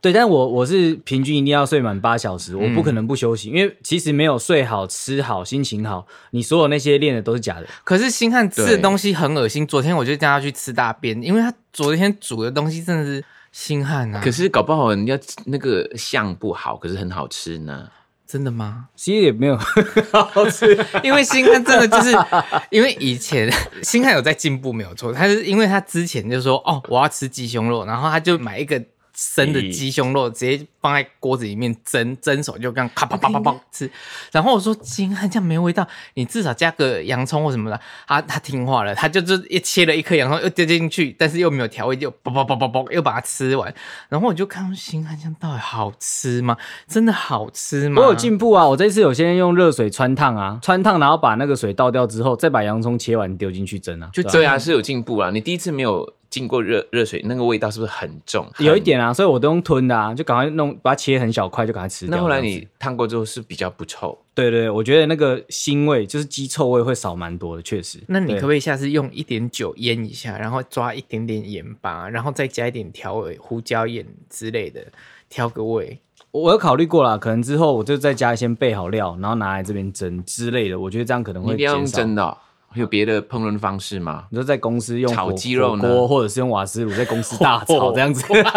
S3: 对，但我我是平均一定要睡满八小时，我不
S2: 嗯
S3: 可能不休息，因为其实没有睡好、吃好、心情好，你所有那些练的都是假的。
S4: 可是星汉吃
S2: 对
S4: 的东西很恶心，昨天我就叫他去吃大便，因为他昨天煮的东西真的是星汉啊。
S2: 可是搞不好人家那个相不好，可是很好吃呢。
S4: 真的吗？
S3: 其实也没有 好吃，
S4: 因为星汉真的就是，因为以前星汉有在进步没有错，他是因为他之前就说哦我要吃鸡胸肉，然后他就买一个生的鸡胸肉，直接放在锅子里面蒸，蒸熟就这样咔啪啪啪啪吃。然后我说星汉这样没味道，你至少加个洋葱或什么的。他他听话了，他就就一切了一颗洋葱又丢进去，但是又没有调味，就啵啵啵啵啵又把它吃完。然后我就看到星汉这样到底好吃吗？真的好吃吗？
S3: 我有进步啊！我这次有先用热水穿烫啊，穿烫然后把那个水倒掉之后，再把洋葱切完丢进去蒸啊，
S4: 就
S3: 对啊
S2: 对啊，是有进步啊。你第一次没有经过热热水，那个味道是不是很重？
S3: 有一。点啊，所以我都用吞的啊，就赶快弄，把它切很小块，就赶快吃掉。
S2: 那后来
S3: 这样子
S2: 你烫过之后是比较不臭，
S3: 对对，对我觉得那个腥味就是鸡臭味会少蛮多的，确实。
S4: 那你
S3: 对
S4: 可不可以下次用一点酒腌一下，然后抓一点点盐巴，然后再加一点调味，胡椒盐之类的，调个味。
S3: 我有考虑过啦，可能之后我就在家先备好料，然后拿来这边蒸之类的，我觉得这样可能
S2: 你
S3: 会
S2: 一定要用
S3: 减少。？
S2: 蒸的、哦，有别的烹饪方式吗
S3: 你说在公司用
S2: 炒
S3: 火
S2: 鸡肉
S3: 火
S2: 呢哦
S3: 锅，或者是用瓦斯炉在公司大炒这样 子，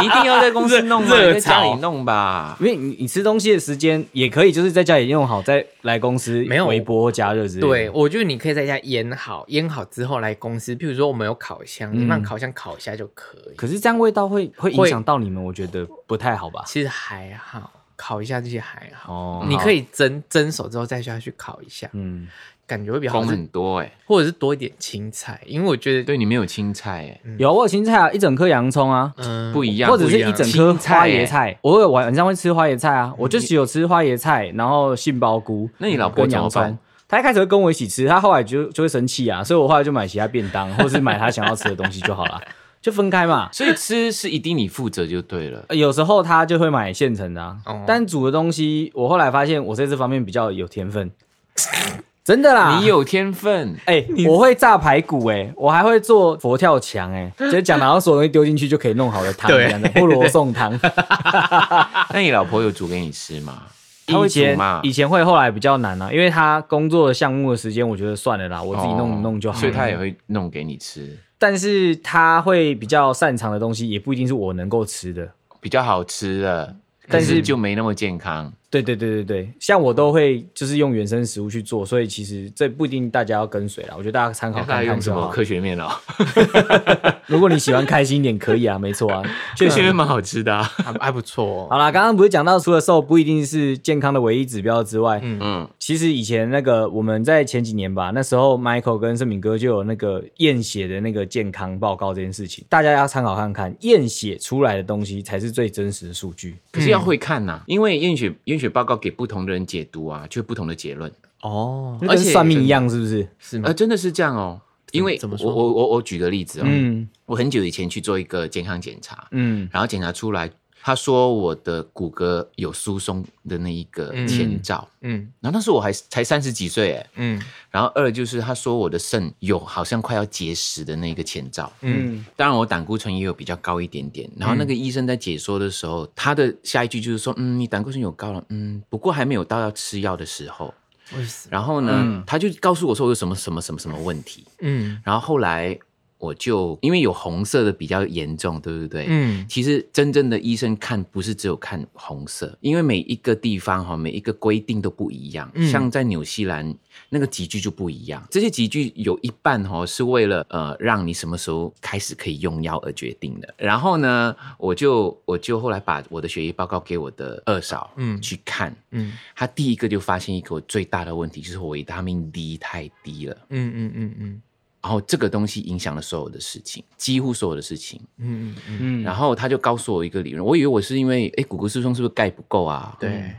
S2: 你一定要在公司弄吗？
S4: 热
S2: 你在家里
S4: 炒
S2: 弄吧。
S3: 因为你你吃东西的时间也可以，就是在家里用好，再来公司
S4: 没有
S3: 微波或加热之类的。
S4: 对，我觉得你可以在家腌好，腌好之后来公司，譬如说我们有烤箱，你让烤箱烤一下就可以。
S3: 可是这样味道会会影
S4: 会
S3: 响到你们，我觉得不太好吧？
S4: 其实还好，烤一下这些还好，
S2: 哦
S4: 你可以蒸蒸熟之后再下去烤一下，
S2: 嗯，
S4: 感觉会比较好
S2: 功
S4: 吃，
S2: 很多哎、
S4: 或者是多一点青菜，因为我觉得
S2: 对你没有青菜哎、
S3: 有我有青菜啊，一整颗洋葱啊，
S4: 嗯
S2: 不一样，
S3: 或者是
S2: 不
S3: 一
S2: 样
S3: 整颗
S2: 青
S3: 花
S2: 菜
S3: 椰
S2: 欸。
S3: 菜。我有晚上会吃花椰菜啊，我就只有吃花椰菜，然后杏鲍菇。
S2: 那你老婆
S3: 跟
S2: 怎么
S3: 洋葱
S2: 办？
S3: 她一开始会跟我一起吃，她后来就就会生气啊，所以我后来就买其他便 当，或是买她想要吃的东西就好了，就分开嘛。
S2: 所以吃是一定你负责就对 了。
S3: 呃有时候她就会买现成的、啊，
S4: 哦
S3: 但煮的东西我后来发现我在这方面比较有天分，真的啦。
S2: 你有天 分，
S3: 哎、 我会炸排骨、哎，我还会做佛跳墙、哎，就是讲然后所有东西丢进去就可以弄好的 汤
S4: 对
S3: 这样子，菠萝送汤。
S2: 那你老婆有煮给你吃吗？她
S3: 啊以
S2: 会煮
S3: 前
S2: 吗？
S3: 以前会，后来比较难啊，因为他工作的项目的时间，我觉得算了啦，我自己弄一弄就好
S2: 哦
S3: 了。
S2: 所以她也会弄给你吃，
S3: 但是他会比较擅长的东西，也不一定是我能够吃的。
S2: 比较好吃的，
S3: 但
S2: 但
S3: 是
S2: 是就没那么健康。
S3: 对对对对对，像我都会就是用原生食物去做，所以其实这不一定大家要跟随啦，我觉得大家参考
S2: 那
S3: 看
S2: 她
S3: 看
S2: 用
S3: 就
S2: 什么
S3: 好。
S2: 科学 面哦？
S3: 如果你喜欢开心一点，可以啊，没错啊。
S2: 科学面蛮好吃的啊。
S4: 还还不错、
S3: 好
S4: 哦。
S3: 啦，刚刚不是讲到除了瘦不一定是健康的唯一指标之外，
S4: 嗯
S2: 嗯，
S3: 其实以前那个我们在前几年吧，那时候 Michael 跟盛敏哥就有那个验血的那个健康报告这件事情，大家要参考看看，验血出来的东西才是最真实的数据。
S2: 可是要
S4: 嗯
S2: 会看呐、因为验血验血报告给不同的人解读啊，就有不同的结论。
S4: 哦，
S3: 就
S4: 而
S3: 跟
S4: 且
S3: 算命一样，是不是？
S4: 是吗
S2: 呃，？真的是这样哦。因为
S4: 怎么说
S2: 我我我我举个例子哦，
S3: 嗯
S2: 我很久以前去做一个健康检查，
S3: 嗯，
S2: 然后检查出来，他说我的骨骼有疏松的那一个前兆，
S4: 嗯
S2: 然后那时候我还才三十几岁哎，
S4: 嗯
S2: 然后二就是他说我的肾有好像快要结石的那个前兆，
S4: 嗯
S2: 当然我胆固醇也有比较高一点点，然后那个医生在解说的时候，他的下一句就是说，嗯，你胆固醇有高了，嗯，不过还没有到要吃药的时候，
S4: 我也是
S2: 然后呢，他就告诉我说我有什么什么什么什么问题，
S4: 嗯
S2: 然后后来我就因为有红色的比较严重，对不对？
S4: 嗯
S2: 其实真正的医生看不是只有看红色，因为每一个地方哈，每一个规定都不一样。
S4: 嗯
S2: 像在纽西兰那个集聚就不一样，这些集聚有一半哈是为了呃让你什么时候开始可以用药而决定的。然后呢，我就我就后来把我的血液报告给我的二嫂
S4: 嗯
S2: 嗯去看，
S4: 嗯
S2: 她第一个就发现一个我最大的问题就是我维他命 D 太低了。
S4: 嗯嗯嗯嗯
S2: 然后这个东西影响了所有的事情，几乎所有的事情。
S4: 嗯嗯嗯，
S3: 嗯
S2: 然后他就告诉我一个理论，我以为我是因为哎骨骼疏松是不是钙不够啊？
S4: 对。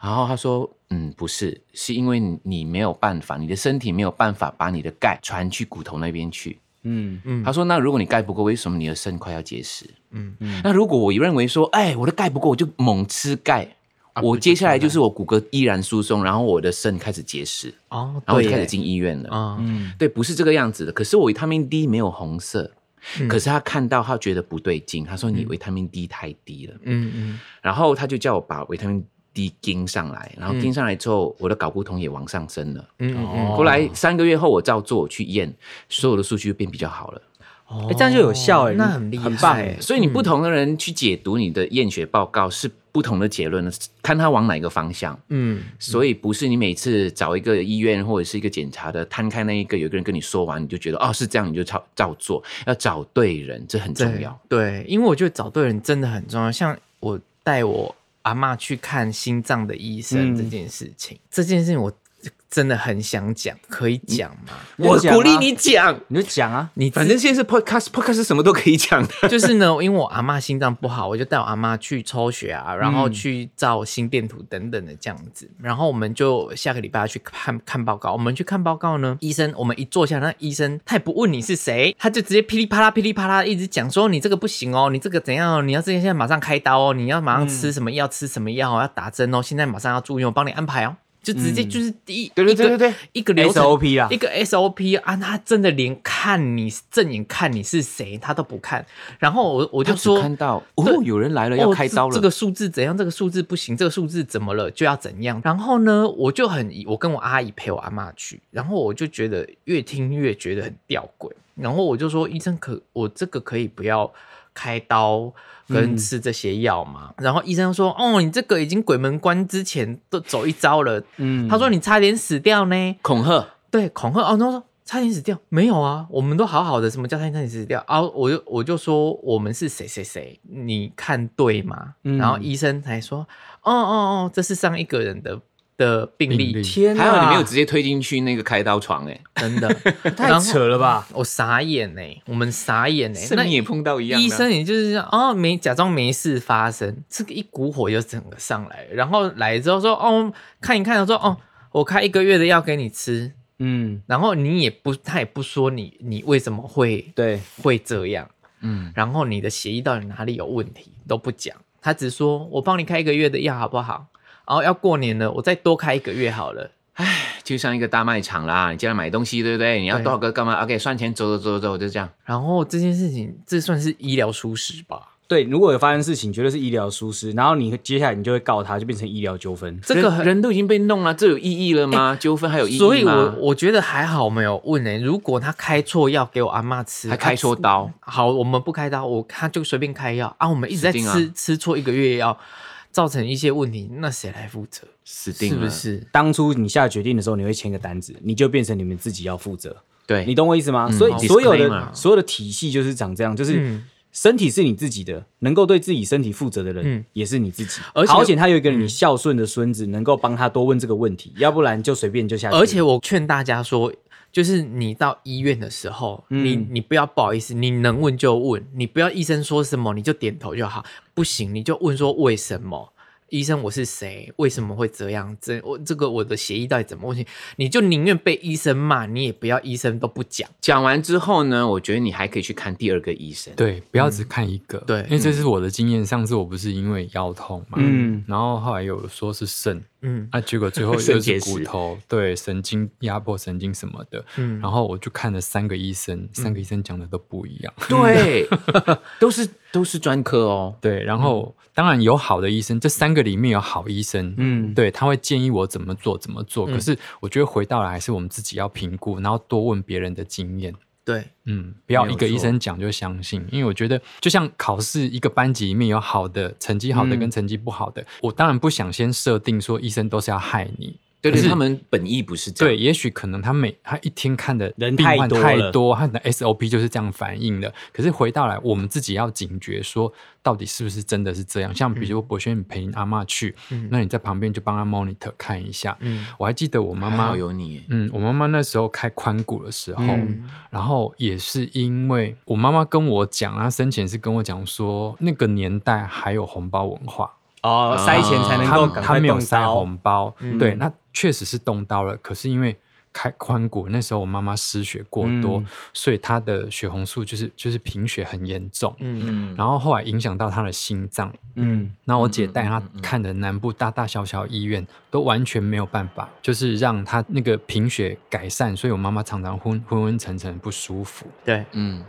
S2: 然后他说，嗯，不是，是因为你你没有办法，你的身体没有办法把你的钙传去骨头那边去。
S3: 嗯
S4: 嗯
S2: 他说，那如果你钙不够，为什么你的肾快要结石？
S4: 嗯
S2: 那如果我认为说，哎，我的钙不够，我就猛吃钙，
S4: 啊
S2: 我接下来就是我骨骼依然疏松，然后我的肾开始结石，
S4: 哦，
S2: 然后我
S4: 对
S2: 就开始
S4: 耶
S2: 进医院了。
S4: 啊，
S3: 嗯
S2: 对，不是这个样子的。可是我维他命 D 没有红色，
S4: 嗯
S2: 可是他看到他觉得不对劲，他说你维他命 D 太低了，
S4: 嗯嗯
S2: 然后他就叫我把维他命 D 盯上来，然后盯上来之后，我的睾固酮也往上升了。
S4: 嗯嗯嗯，
S2: 后来三个月后，我照做我去验，所有的数据就变比较好了。
S4: 哦
S3: 哎这样就有效哎
S4: 那很厉害，
S3: 很棒哎
S2: 所以你不同的人去解读你的验血报告是不同的结论的，看他往哪个方向。
S4: 嗯
S2: 所以不是你每次找一个医院或者是一个检查的摊开那一个，有一个人跟你说完，你就觉得哦是这样，你就照照做，要找对人，这很重要。
S4: 对，对因为我觉得找对人真的很重要。像我带我阿嬷去看心脏的医生
S3: 嗯
S4: 这件事情，这件事情我真的很想讲，可以讲吗？
S2: 我
S3: 讲啊
S2: 鼓励你讲，
S3: 你就讲啊，
S4: 你
S2: 反正现在是 podcast，podcast 是什么都可以讲 的。
S4: 就是呢，因为我阿嬷心脏不好，我就带我阿嬷去抽血
S2: 嗯
S4: 啊，然后去照心电图等等的这样子。然后我们就下个礼拜要去看看报告。我们去看报告呢，医生我们一坐下，那医生他也不问你是谁，他就直接噼里啪啦噼里啪啦一直讲说你这个不行哦，你这个怎样哦，你要这个现在马上开刀哦，你要马上
S2: 嗯
S4: 吃什么药、吃什么药哦，要打针哦，现在马上要住院，我帮你安排哦。就直接就是一、
S2: 嗯对对
S4: 一
S2: 对对
S4: 个
S2: 对
S4: 一个流程
S3: SOP 啦
S4: 一个 SOP 啊，他真的连看你正眼看你是谁他都不看，然后我我
S2: 我
S4: 就说
S2: 看到
S4: 对
S2: 哦，有人来了，要
S4: 哦
S2: 开刀了。
S4: 这这个数字怎样？这个数字不行，这个数字怎么了？就要怎样？然后呢，我就很疑，我跟我阿姨陪我阿妈去，然后我就觉得越听越觉得很吊诡，然后我就说医生可我这个可以不要开刀
S2: 嗯
S4: 跟吃这些药嘛？然后医生说哦，你这个已经鬼门关之前都走一遭了，
S3: 嗯
S4: 他说你差点死掉呢，
S2: 恐吓，
S4: 对，恐吓哦，然后说差点死掉？没有啊，我们都好好的，什么叫差点差点死掉啊？我就我就说我们是谁谁谁，你看对吗？
S3: 嗯
S4: 然后医生才说，哦哦哦，这是上一个人的的病例，
S5: 病例
S3: 天
S2: 还
S3: 哪，
S2: 好你没有直接推进去那个开刀床、欸，
S4: 真 的
S3: 太扯了吧？
S4: 我傻眼呢、我们傻眼呢、
S2: 哎，
S4: 那
S2: 是你也碰到一样的啊
S4: 医生也就是这样哦，没假装没事发生，这个一股火就整个上来了，然后来之后说哦，看一看，我说哦，我开一个月的药给你吃，
S3: 嗯，
S4: 然后你也不，他也不说你你为什么会
S3: 对，
S4: 会这样，
S2: 嗯，
S4: 然后你的协议到底哪里有问题都不讲，他只说我帮你开一个月的药好不好？然后要过年了，我再多开一个月好了。
S2: 就像一个大卖场啦，你进来买东西，对不对？你要
S4: 对
S2: 多少个干嘛？OK，算钱，走走走走，就这样。
S4: 然后这件事情，这算是医疗疏失吧？
S3: 对，如果有发生事情，绝对是医疗疏失，然后你接下来你就会告他，就变成医疗纠纷。
S4: 这个
S2: 人
S4: 很哎
S2: 人都已经被弄了，这有意义了吗？纠纷还有意义吗？
S4: 所以我我觉得还好没有问呢、欸如果他开错药给我阿妈吃，
S2: 还开错刀，
S4: 啊好，我们不开刀，我他就随便开药啊，我们一直在
S2: 死
S4: 吃、
S2: 定啊
S4: 吃错一个月药，造成一些问题，那谁来负责？
S2: 死定啊
S4: 是不
S2: 了，？
S4: 是？
S3: 当初你下决定的时候，你会签个单子，你就变成你们自己要负责，
S2: 对，
S3: 你懂我意思吗？所以
S2: 好
S3: 所有
S2: disclaimer
S3: 的所有的体系就是长这样，就是
S4: 嗯
S3: 身体是你自己的，能够对自己身体负责的
S4: 嗯
S3: 人也是你自己。
S4: 而且嗯
S3: 好险他有一个你孝顺的孙子，能够帮他多问这个问题，要不然就随便就下去了。
S4: 而且我劝大家说，就是你到医院的时候，你你不要不好意思，你能问就问，你不要医生说什么你就点头就好，不行你就问说为什么。医生，我是谁？为什么会这样？这我这个我的协议到底怎么问题？你就宁愿被医生骂，你也不要医生都不讲。
S2: 讲完之后呢，我觉得你还可以去看第二个医 生。
S5: 对，不要只看一个，
S4: 对
S5: 因为这
S2: 嗯
S5: 是我的经验。上次我不是因为腰痛嘛，
S3: 嗯
S5: 然后后来有说是肾，
S4: 嗯
S5: 啊，结果最后
S2: 肾
S5: 又
S2: 结
S5: 是
S2: 石
S5: 骨头，对，神经压迫神经什么的。
S4: 嗯，
S5: 然后我就看了三个医
S2: 嗯
S5: 生，三个医生讲的都不一样。
S2: 对，都是都是专科哦。
S5: 对，然后当然有好的医生，这三个里面有好医生，
S3: 嗯
S5: 嗯，对，他会建议我怎么做怎么做。
S2: 嗯
S5: 可是我觉得回到来还是我们自己要评估，然后多问别人的经验。
S4: 对，
S5: 嗯，不要
S2: 没有
S5: 一个医
S2: 错
S5: 生讲就相信，因为我觉得就像考试，一个班级里面有好的成绩好的
S3: 嗯
S5: 跟成绩不好的，我当然不想先设定说医生都是要害你。
S2: 对
S5: 可
S2: 对，
S5: 是
S2: 他们本意不是这
S5: 对，
S2: 样。
S5: 也许可能他每他一天看的
S3: 人
S5: 病
S3: 太
S5: 患
S3: 多
S5: 太
S3: 了
S5: 多，他的 SOP 就是这样反应的。可是回到来，我们自己要警觉，说到底是不是真的是这样？像比如说博轩，你陪你阿妈去，
S4: 嗯
S5: 那你在旁边就帮他 monitor 看一下。
S4: 嗯
S5: 我还记得我妈
S2: 还
S5: 妈
S2: 哎好有你耶，
S5: 嗯，我妈妈那时候开髋骨的时候，
S3: 嗯
S5: 然后也是因为我妈妈跟我讲，她生前是跟我讲说，那个年代还有红包文化，
S3: 哦，塞钱才能够
S5: 她
S3: 赶
S5: 她
S3: 快
S5: 没有
S3: 动
S5: 塞
S3: 刀。嗯
S5: 红包，对，那确实是动刀了。可是因为开髋骨那时候我妈妈失血过多，
S3: 嗯
S5: 所以她的血红素就是就是贫血很严重，
S4: 嗯
S2: 嗯，
S5: 然后后来影响到她的心脏。
S3: 嗯，
S5: 那我姐带她看的南部大大小小医院都完全没有办法，就是让她那个贫血改善，所以我妈妈常常昏昏昏沉沉不舒服。
S4: 对，
S2: 嗯，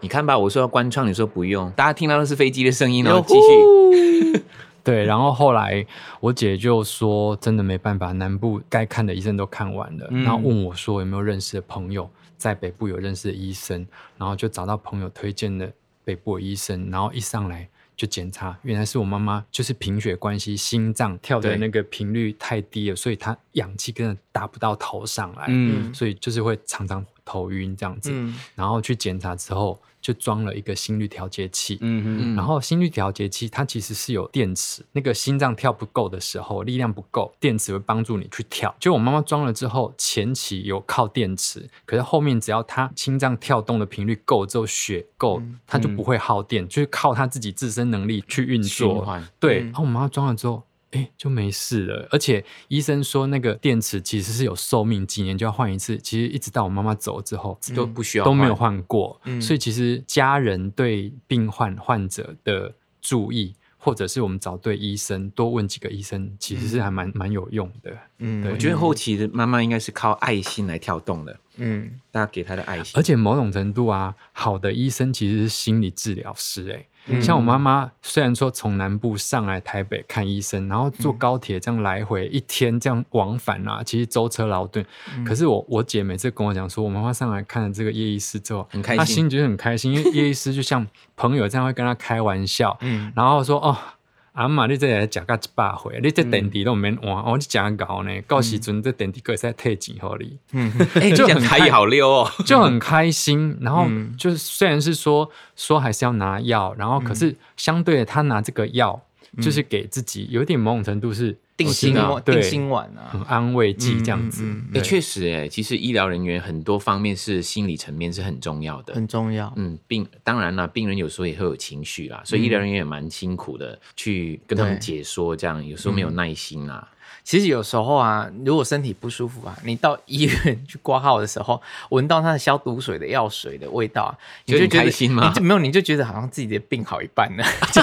S2: 你看吧，我说要关窗，你说不用，大家听到的是飞机的声音哦。继续，
S4: 呼
S5: 对，然后后来我姐就说真的没办法，南部该看的医生都看完了，
S3: 嗯
S5: 然后问我说有没有认识的朋友在北部有认识的医生，然后就找到朋友推荐的北部的医生，然后一上来。就检查，原来是我妈妈就是贫血关系，心脏跳的
S2: 对
S5: 那个频率太低了，所以她氧气根本达不到头上来，
S3: 嗯
S5: 所以就是会常常头晕这样子。
S4: 嗯
S5: 然后去检查之后，就装了一个心率调节器，
S3: 嗯
S2: 嗯
S3: 嗯
S5: 然后心率调节器它其实是有电池，那个心脏跳不够的时候，力量不够，电池会帮助你去跳。就我妈妈装了之后，前期有靠电池，可是后面只要她心脏跳动的频率够之后，血够，
S2: 嗯
S5: 它就不会耗电，就是靠她自己自身能力去运
S2: 循
S5: 作
S2: 环。
S5: 对，
S4: 嗯
S5: 然后我妈妈装了之后。哎，就没事了。而且医生说，那个电池其实是有寿命，几年就要换一次。其实一直到我妈妈走之后，
S2: 都不需要
S5: 都没有换过，
S4: 嗯
S5: 所以其实家人对病患患者的注意，或者是我们找对医生，多问几个医生，其实
S2: 嗯
S5: 是还蛮蛮有用的。
S4: 嗯，
S5: 对
S2: 我觉得后期的妈妈应该是靠爱心来跳动的，
S4: 嗯
S2: 大家给她的爱心。
S5: 而且某种程度啊，好的医生其实是心理治疗师、欸，
S4: 嗯
S5: 像我妈妈虽然说从南部上来台北看医生，然后
S2: 嗯
S5: 坐高铁这样来回、一天这样往返啊，其实舟车劳顿。
S2: 嗯
S5: 可是我我姐每次跟我讲说，我妈妈上来看了这个叶医师之后，
S2: 很开心
S5: 她心里就很开心，因为叶医师就像朋友这样会跟她开玩笑，
S4: 嗯
S5: 然后说哦。阿嬷，你这来食到一百岁，你这电池都毋免换，
S4: 嗯
S5: 哦，你真搞呢，到时阵这电池可会使退钱互你。
S4: 嗯
S2: 哎，你
S5: 就
S2: 讲
S5: 很
S2: 台
S5: 开
S2: 语好溜哦。
S5: 就很开心。然后
S4: 嗯
S5: 就是虽然是说说还是要拿药，然后可是相对的他拿这个药，
S4: 嗯
S5: 就是给自己有点某种程度是
S4: 定心
S5: 安
S4: 丸，
S5: 对嗯
S4: 定心丸啊，
S5: 很安慰剂这样子
S4: 嗯嗯。
S2: 哎，
S5: 对
S2: 确实，哎，其实医疗人员很多方面是心理层面是很重要的。
S4: 很重要。
S2: 嗯，病当然啦，病人有时候也会有情绪啦，所以医疗人员也蛮辛苦的，去跟他们
S4: 对
S2: 解说，这样有时候没有耐心啊啦。
S4: 其实有时候啊，如果身体不舒服啊，你到医院去挂号的时候，闻到它的消毒水的药水的味道啊，你
S2: 就
S4: 就
S2: 很
S4: 觉得
S2: 开心吗
S4: 你就没有，你就觉得好像自己的病好一半了。 就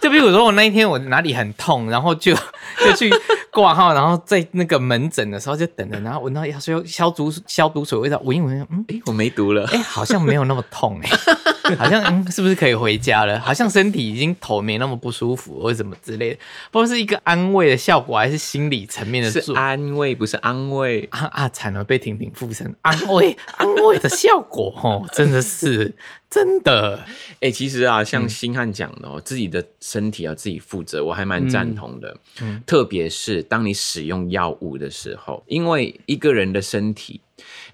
S4: 就比如说我那一天我哪里很痛，然后就 就去挂号，然后在那个门诊的时候就等着，然后闻到药水消毒消毒水味道，闻一闻，嗯，
S2: 哎、我没读了，
S4: 哎、好像没有那么痛哎、 好像嗯，是不是可以回家了？好像身体已经头没那么不舒服，或者什么之类的，不知道是一个安慰的效果，还是心理层面的
S2: 是啊
S4: 作
S2: 安慰，不是安慰。
S4: 啊啊！惨了，被婷婷附身，安慰安慰的效果哦，真的是真的，
S2: 哎、其实啊，
S4: 嗯
S2: 像星汉讲的哦，自己的身体要自己负责，我还蛮赞同的。
S4: 嗯
S2: 特别是当你使用药物的时候，因为一个人的身体，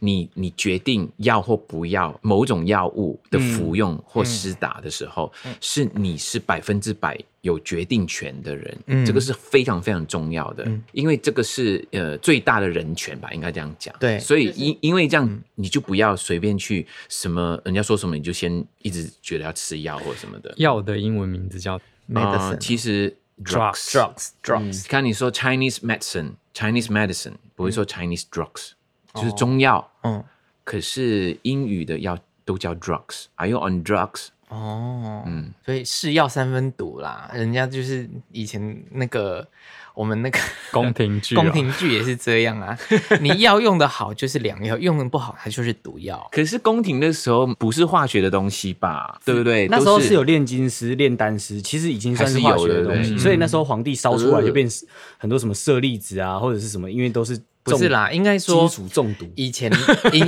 S2: 你你决定要或不要某种药物的服
S4: 嗯
S2: 用或施打的时候，是你是百分之百有决定权的人，
S4: 嗯
S2: 这个是非常非常重要的，因为这个是呃最大的人权吧，应该这样讲。
S4: 对
S2: 所以因因为这样，你就不要随便去什么人家说什么，你就先一直觉得要吃药或什么的。
S5: 药的英文名字叫
S4: 没得
S2: 呃
S4: 神。
S2: 其实 drugs 嗯
S4: drugs drugs，
S2: 看你说 Chinese medicine Chinese medicine 不会说 Chinese drugs，、就是中药。
S4: 嗯，
S2: 可是英语的药都叫 drugs。Are you on drugs？
S4: 哦，
S2: 嗯
S4: 所以是药三分毒啦，人家就是以前那个我们那个
S5: 宫廷
S3: 啊
S5: 剧哦
S4: 宫廷剧也是这样啊， 你药用的好就是良药，用的不好它就是毒药。
S2: 可是宫廷的时候不是化学的东西吧？对不对？
S3: 那时
S2: 都
S3: 候是有炼金师、炼丹师，其实已经算是化学的
S2: 还
S3: 东
S2: 是有
S3: 西，
S2: 的嗯
S3: 所以那时候皇帝烧出来
S2: 呃
S3: 就变成很多什么舍利子啊，或者是什么，因为都是
S4: 不是
S3: 重
S4: 啦，应该说
S3: 金属中毒
S4: 以前 因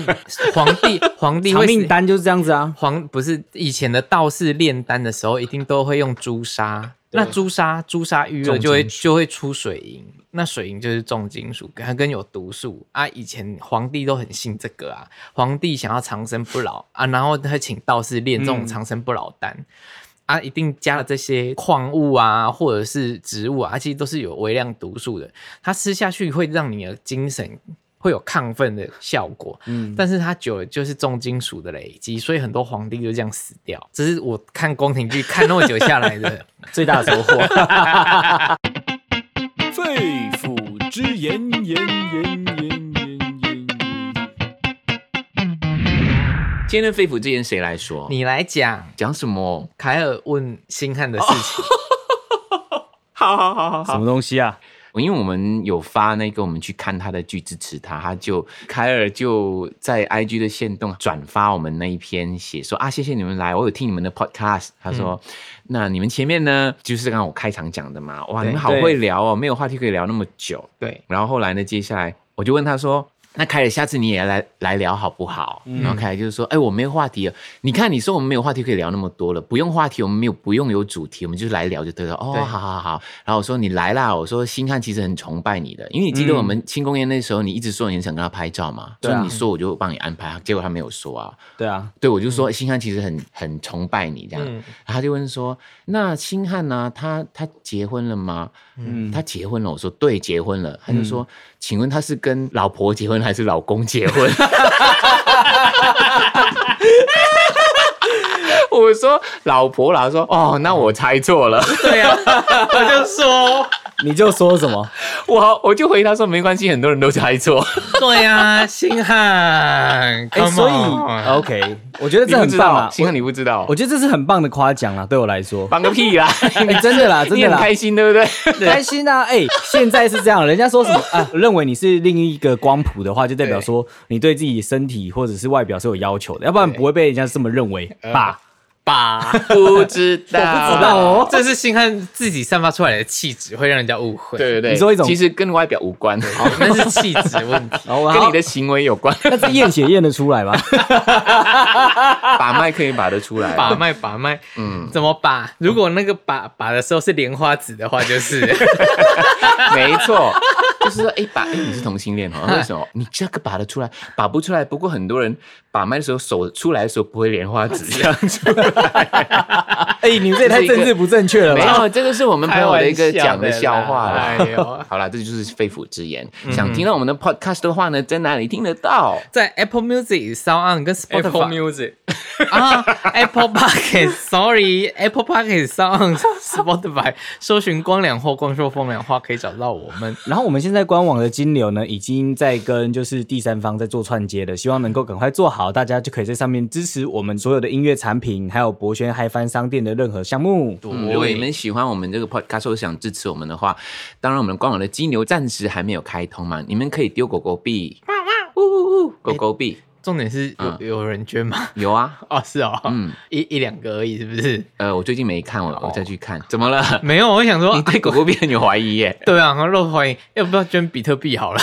S4: 皇帝皇帝
S3: 长
S4: 会死
S3: 命丹就是这样子啊。
S4: 皇不是以前的道士炼丹的时候，一定都会用朱砂。那朱砂朱砂遇热
S5: 重
S4: 就会
S5: 金
S4: 就会出水银，那水银就是重金属，它跟有毒素啊。以前皇帝都很信这个啊，皇帝想要长生不老啊，然后他请道士炼这
S3: 嗯
S4: 种长生不老丹。啊，一定加了这些矿物啊，或者是植物啊，它其实都是有微量毒素的。它吃下去会让你的精神会有亢奋的效果，嗯，但是它久了就是重金属的累积，所以很多皇帝就这样死掉。这是我看宫廷剧看那么久下来的。
S3: 最大的 收获，
S1: 肺腑之言，言言言言言言。
S2: 今天的肺腑之言谁来说？
S4: 你来讲，
S2: 讲什么？
S4: 凯尔问星汉的事情，
S2: 好好好好好。
S3: 什么东西啊？
S2: 因为我们有发那个我们去看他的剧支持他，他就凯尔就在 IG 的线动转发我们那一篇写说啊谢谢你们来，我有听你们的 podcast，他说、那你们前面呢就是刚刚我开场讲的嘛，哇
S4: 对
S2: 你们好会聊哦，没有话题可以聊那么久，
S4: 对，
S2: 然后后来呢接下来我就问他说。那凯尔，下次你也来来聊好不好？
S3: 嗯
S2: 然后凯尔就是说，哎、我没有话题了。你看，你说我们没有话题可以聊那么多了，不用话题，我们没有不用有主题，我们就来聊就对了。哦，
S4: 对
S2: 好好好好。然后我说你来啦，我说星汉其实很崇拜你的，因为你记得我们庆功宴那时候，你一直说你很想跟他拍照嘛，所
S3: 对啊
S2: 以你说我就帮你安排，结果他没有说啊。
S3: 对啊，
S2: 对，我就说星汉其实很很崇拜你这样，
S4: 嗯
S2: 然后他就问说，那星汉呢、他他结婚了吗？嗯，他结婚了。我说对，结婚了。他就说，
S3: 嗯
S2: 请问他是跟老婆结婚还是老公结 婚？ 我说老婆啦，他说哦，那我猜错了。
S4: 对 啊，我就说，
S3: 你就说什 么？
S2: 我我就回答说没关系，很多人都猜 错。
S4: 对啊，星汉，
S3: 哎，
S4: come
S3: 所以
S4: on 哦
S3: OK，我觉得
S2: 你
S3: 这
S2: 不
S3: 很
S2: 知
S3: 棒
S2: 道，
S3: 啊，
S2: 星汉你不知道
S3: 我，觉得这是很棒的夸奖啊啦，对我来说，
S2: 放个屁 啦！
S3: 哎，真的啦，真
S2: 你
S3: 的
S2: 很
S3: 啦。
S2: 开心对不对？
S3: 开心啊！哎、现在是这样，人家说什么啊？认为你是另一个光谱的话，就代表呃说你对自己身体或者是外表是有要求的，要不然不会被人家这么认为吧？
S4: 吧？
S2: 不知道，我不知
S3: 哦
S2: 道。
S4: 这是星汉自己散发出来的气质，会让人家误会。
S2: 对对对，
S3: 你说一种
S2: 其实跟外表无关，
S4: 好，那是气质问题。
S3: 好，
S2: 跟
S3: 好
S2: 你的行为有 关。
S3: 那这验血验得出 来吧？
S2: 把脉可以把得出来，
S4: 把脉把脉，
S2: 嗯，
S4: 怎么把？如果那个把把的时候是莲花指的话，就是。
S2: 没错，就是说，哎、把，哎、你是同性 恋哦？为什么？你这个把得出来，把不出来。不过很多人把脉的时候，手出来的时候不会莲花指这样出来。
S3: 哎，你们这也太政治不正确 了
S2: 没
S3: 吧？
S2: 有，这个是我们朋友的一个讲的笑话嗯啦。
S4: 开玩笑的啦哎呦
S2: 好啦，这就是肺腑之言。想听到我们的 podcast 的话呢，在哪里听得到？
S4: 在 Apple Music、Sound On 跟
S5: Apple
S4: Spotify
S5: Music
S4: 啊，Apple Pocket，Sorry，Apple Pocket、Sound On、Spotify 搜寻“光良”或“光说风凉话”可以找到我们。
S3: 然后我们现在官网的金流呢，已经在跟就是第三方在做串接了，希望能够赶快做好，大家就可以在上面支持我们所有的音乐产品，还有博轩嗨翻商店的任何项目。
S2: 嗯如果你们喜欢我们这个 podcast 或者想支持我们的话，当然我们官网的金牛暂时还没有开通嘛，你们可以丢狗狗币，呜呜呜，狗狗币
S4: 重点是有、
S2: 嗯
S4: 有人捐吗？
S2: 有啊，
S4: 哦，是哦，
S2: 嗯
S4: 一一两个而已，是不是？
S2: 呃，我最近没看，我
S3: 哦
S2: 我再去看，怎么了？
S4: 没有，我想
S2: 你
S4: 说，啊
S2: 对狗狗币很有怀疑耶？
S4: 对啊，肉欢迎，要不要捐比特币好了？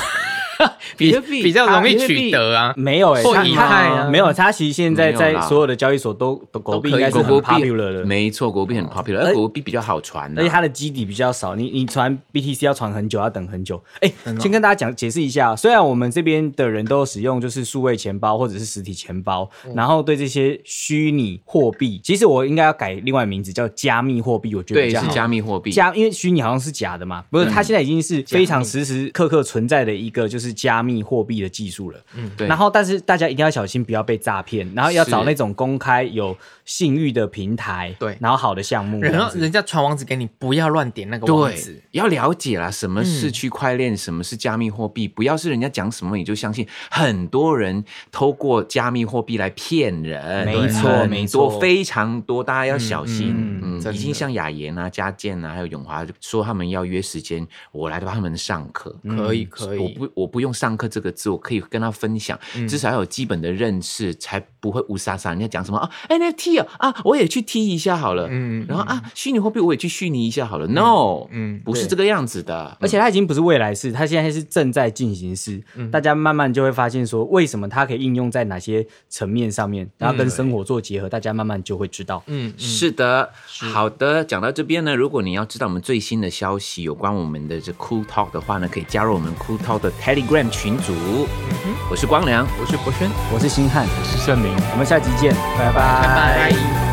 S4: 比
S2: 特币
S4: 比较容易
S2: 啊比特币
S4: 取得啊。
S3: 没有哎、
S4: 或
S3: 他
S4: 以
S3: 他
S4: 太啊
S3: 没有，他其实现在
S2: 没有
S3: 在
S2: 啦
S3: 所有的交易所都都狗币
S4: 都
S3: 应
S4: 可以
S3: 该是
S2: 狗
S3: 很
S2: 狗币
S3: popular 的，哦
S2: 没错，狗狗币很 popular，而狗狗币比较好传啊的
S3: 而且。它的基底比较少，你你传 BTC 要传很久，要等很久。哎、先跟大家讲解释一下，虽然我们这边的人都有使用就是数位钱包或者是实体钱包，
S2: 嗯
S3: 然后对这些虚拟货币，其实我应该要改另外名字叫加密货币，我觉得
S2: 对，
S3: 比较
S2: 是
S3: 好。
S2: 加密货币。
S3: 加，因为虚拟好像是假的嘛，不是，它现在已经是非常时时刻刻存在的一个就是加密货币的技术了。嗯，
S2: 对
S3: 然后，但是大家一定要小心，不要被诈骗，然后要
S2: 是
S3: 找那种公开有信誉的平台，
S4: 对
S3: 然后好的项目这
S4: 然
S3: 样
S4: 后
S3: 子。
S4: 人家传网址给你，不要乱点那个网址嗯
S2: 对。，要了解啦，什么是区块链，什么是加密货币，不要是人家讲什么你就相信。很多人透过加密货币来骗人，
S3: 没错
S2: 很多
S3: 没错
S2: 非常多，大家要小心。
S3: 嗯
S2: 嗯，
S4: 真的
S2: 已经像雅妍啊、嘉健啊，还有永华说他们要约时间，我来帮他们上课。
S4: 嗯可以可以，
S2: 我不我不用上课这个字，我可以跟他分享，
S4: 嗯
S2: 至少要有基本的认识，才不会乌沙沙。人家讲什么啊 NFT 啊啊，我也去踢一下好了，
S4: 嗯
S2: 然后啊虚拟货币我也去虚拟一下好了。No，
S4: 嗯
S2: 嗯，不是这个样子的，嗯
S3: 而且它已经不是未来式，它现在是正在进行式。大家慢慢就会发现说，为什么它可以应用在哪些层面上面，然后跟生活做结合，大家慢慢就会知道。
S4: 嗯，嗯
S2: 是的，好的。讲到这边呢，如果你要知道我们最新的消息有关我们的这 Cool Talk 的话呢，可以加入我们 Cool Talk 的 Telegram 群组。
S4: 嗯
S2: 我是光良，我是博轩。
S3: 我是星汉，
S5: 是盛明。
S3: 我们下集见，拜拜
S4: 拜拜。